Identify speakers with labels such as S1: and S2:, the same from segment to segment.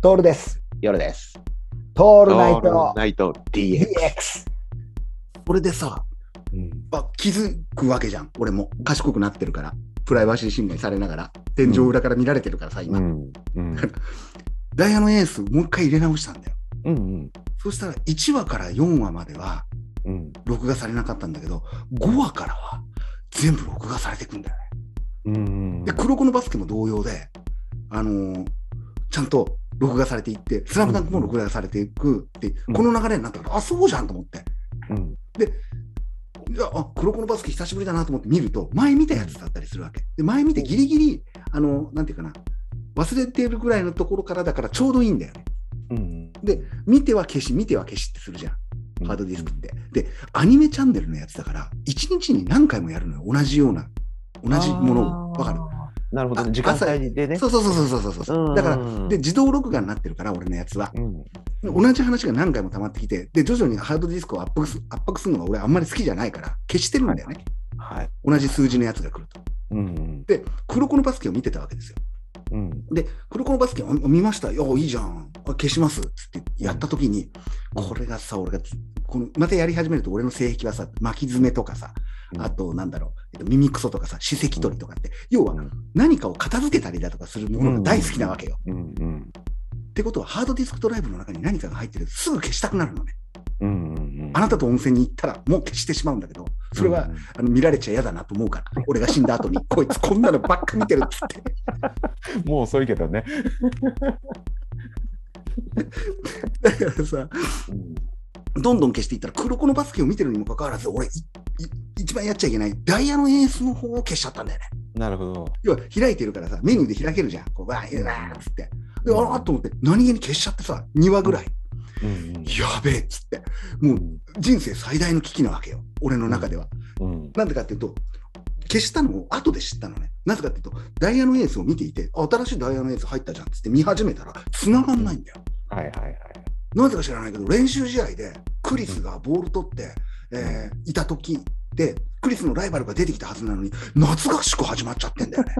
S1: トールです。
S2: 夜です。
S1: ト
S2: オ
S1: ールナイト
S2: ナイト DX。
S1: DX。
S3: これでさ、あ気づくわけじゃん。俺も賢くなってるから。プライバシー侵害されながら、天井裏から見られてるからさ、今。
S2: うん。うん。
S3: ダイヤのエース、もう一回入れ直したんだよ。
S2: うん。
S3: そしたら、1話から4話までは、
S2: うん。
S3: 録画されなかったんだけど、5話からは、全部録画されてくんだよね。
S2: うん
S3: で、黒子のバスケも同様で、あのーちゃんと録画されていって、スラムダンクも録画されていくって、
S2: うん
S3: この流れになったから、あ、そうじゃんと思って。
S2: うん。
S3: いやあ黒子のバスケ久しぶりだなと思って見ると前見たやつだったりするわけで前見てギリギリあのなんていうかな忘れてるぐらいのところからだからちょうどいいんだよね
S2: うん。
S3: で見ては消し見ては消しってするじゃんハードディスクってでアニメチャンネルのやつだから1日に何回もやるのよ同じような同じものをわかる
S2: なるほどね。
S3: あ
S2: 時間帯でね。
S3: そうそうそうそうそうそうそうだから
S2: ら
S3: で、自動録画になってるから俺のやつは
S2: うん。
S3: で同じ話が何回も溜まってきてで徐々にハードディスクを圧迫す圧迫するのが俺あんまり好きじゃないから消してるんだよね
S2: はい。
S3: 同じ数字のやつが来ると
S2: うん。
S3: で、黒子のバスケを見てたわけですよ。
S2: うん。
S3: で、黒子のバスケを見ました。よ、いいじゃん。あ消します。つってやったときに、これがさ、俺が、このまたやり始めると、俺の性癖はさ、巻き爪とかさ
S2: う、ん
S3: あと、なんだろう、えっと耳くそとかさ、歯石取りとかって、要は
S2: うん
S3: 何かを片付けたりだとかするものが大好きなわけよ。
S2: うん。うん。
S3: ってことは、ハードディスクドライブの中に何かが入ってると、すぐ消したくなるのね。
S2: うん。うん。
S3: あなたと温泉に行ったら、もう消してしまうんだけど、それは、あの見られちゃ嫌だなと思うから、俺が死んだ後に、こいつこんなのばっか見てるっつって。
S2: うん。もう遅いけどね。
S3: だからさ、どんどん消していったら、黒子のバスケを見てるにもかかわらず、俺、いい一番やっちゃいけない、ダイヤのエースの方を消しちゃったんだよね。
S2: なるほど。
S3: 要は、開いてるからさ、メニューで開けるじゃん。こう、わー、うわーっつって。で、あ
S2: うん
S3: らーっと思って、何気に消しちゃってさ、2話ぐらい、
S2: うん。
S3: やべえっつって、もう人生最大の危機なわけよ、俺の中では。
S2: うん。
S3: なんでかっていうと、消したのを後で知ったのね。なぜかっていうと、ダイヤのエースを見ていて、あ新しいダイヤのエース入ったじゃんっつって見始めたら、繋がんないんだよ。
S2: はいはいはい。
S3: なぜか知らないけど、練習試合でクリスがボール取って、えーいた時で、クリスのライバルが出てきたはずなのに、夏合宿始まっちゃってん だよね。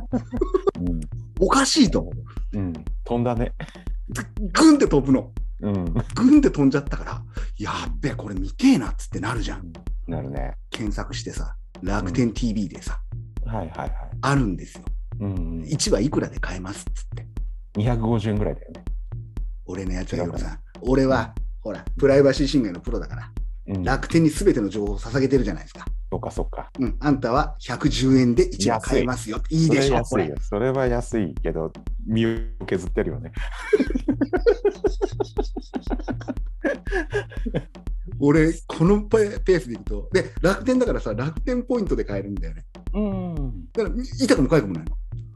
S2: うん。
S3: おかしいと思
S2: うん。飛んだね。
S3: う。グンって飛ぶの。
S2: うん。
S3: グンって飛んじゃったから、やっべ、これ見てえなっつってなるじゃん。
S2: なるね。
S3: 検索してさ、楽天 TV でさ、
S2: はいはいはい。
S3: あるんですよ。
S2: うん。
S3: 1話いくらで買えますっつって。
S2: 250円ぐらいだよね。
S3: 俺のやつがよさん。俺は、ほら、プライバシー侵害のプロだから、
S2: うん。
S3: 楽天に全ての情報を捧げてるじゃないですか。
S2: そうかそうか。
S3: うん、あんたは110円で1話買えますよ。いい
S2: それ
S3: でしょ、こ
S2: 安い
S3: れ。
S2: よ。それは安いけど、身を削ってるよね。
S3: 俺、このペペースでいくと。で、楽天だからさ、楽天ポイントで買えるんだよね。
S2: うん。
S3: だから、痛くも痒くもない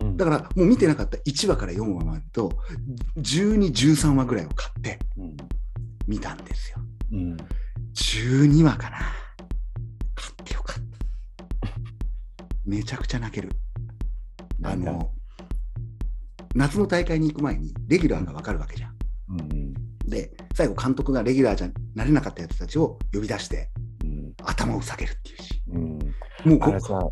S3: の。だから、もう見てなかった1話から4話までと、12、13話ぐらいを買って
S2: うん。
S3: 見たんですよ。
S2: うん。
S3: 12話かな。買ってよかった。めちゃくちゃ泣ける。あの、夏の大会に行く前に、レギュラーがわかるわけじゃん。
S2: うん。
S3: で、最後、監督がレギュラーじゃなれなかったやつたちを呼び出して、
S2: うん。
S3: 頭を下げるっていうし、
S2: うん。
S3: もう
S2: あ
S3: こ
S2: れさ、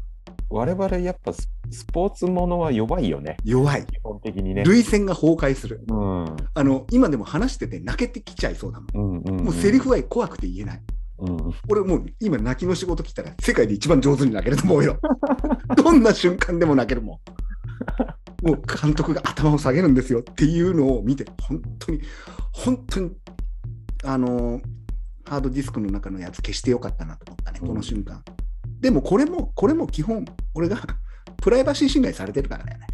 S2: 我々やっぱススポーツものは弱いよね。
S3: 弱い、
S2: 基本的にね。
S3: 涙腺が崩壊する、
S2: うん。
S3: あの今でも話してて泣けてきちゃいそうだもん、
S2: うんうん。
S3: もうセリフは怖くて言えない、
S2: うん。
S3: 俺、もう今、泣きの仕事来たら、世界で一番上手に泣けると思 うよ、どんな瞬間でも泣けるもん、もう監督が頭を下げるんですよっていうのを見て、本当に、本当に、あのーハードディスクの中のやつ消してよかったなと思ったね、この瞬間。でもこれも、これも基本、俺がプライバシー侵害されてるからだよね。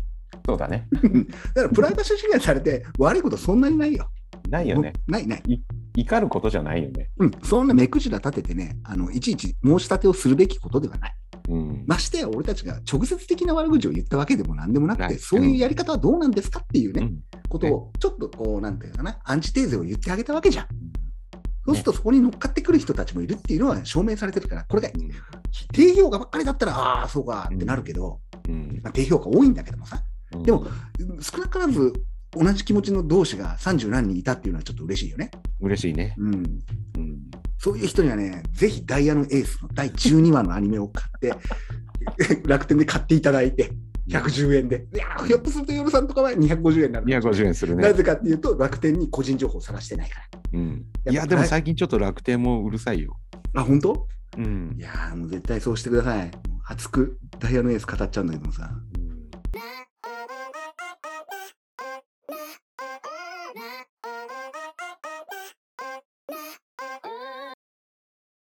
S2: そうだね。
S3: だからプライバシー侵害されて悪いことそんなにないよ。
S2: ないよね。
S3: もうないない。
S2: 怒ることじゃないよね。
S3: うん。そんな目くじら立ててね、あの、いちいち申し立てをするべきことではない。
S2: うん。
S3: ましてや俺たちが直接的な悪口を言ったわけでも何でもなく
S2: な
S3: て、
S2: い
S3: そういうやり方はどうなんですかっていうね、
S2: うん
S3: ことを、ちょっとこう、なんていうのかな、アンチテーゼを言ってあげたわけじゃん。そうす
S2: ね
S3: るとそこに乗っかってくる人たちもいるっていうのは証明されてるから、これが
S2: うん
S3: 低評価ばっかりだったら、ああ、そうかってなるけど、
S2: うん。
S3: まあ、低評価多いんだけどもさ、
S2: うん
S3: でも、少なからず同じ気持ちの同士が30何人いたっていうのはちょっと嬉しいよね。
S2: 嬉しいね。
S3: うん、
S2: うん。
S3: そういう人にはね、ぜひダイヤのエースの第12話のアニメを買って、楽天で買っていただいて、 110円で。いやーひょっとすると、夜さんとかは250円になる。
S2: 250円する
S3: な
S2: ね。
S3: ぜかっていうと、楽天に個人情報を探してないか
S2: うん、
S3: ら。
S2: いや、でも
S3: はい
S2: 最近ちょっと楽天もうるさいよ。
S3: あ、本当
S2: うん
S3: い、やーもう絶対そうしてください。もう熱くダイヤのエース語っちゃうんだけどもさ、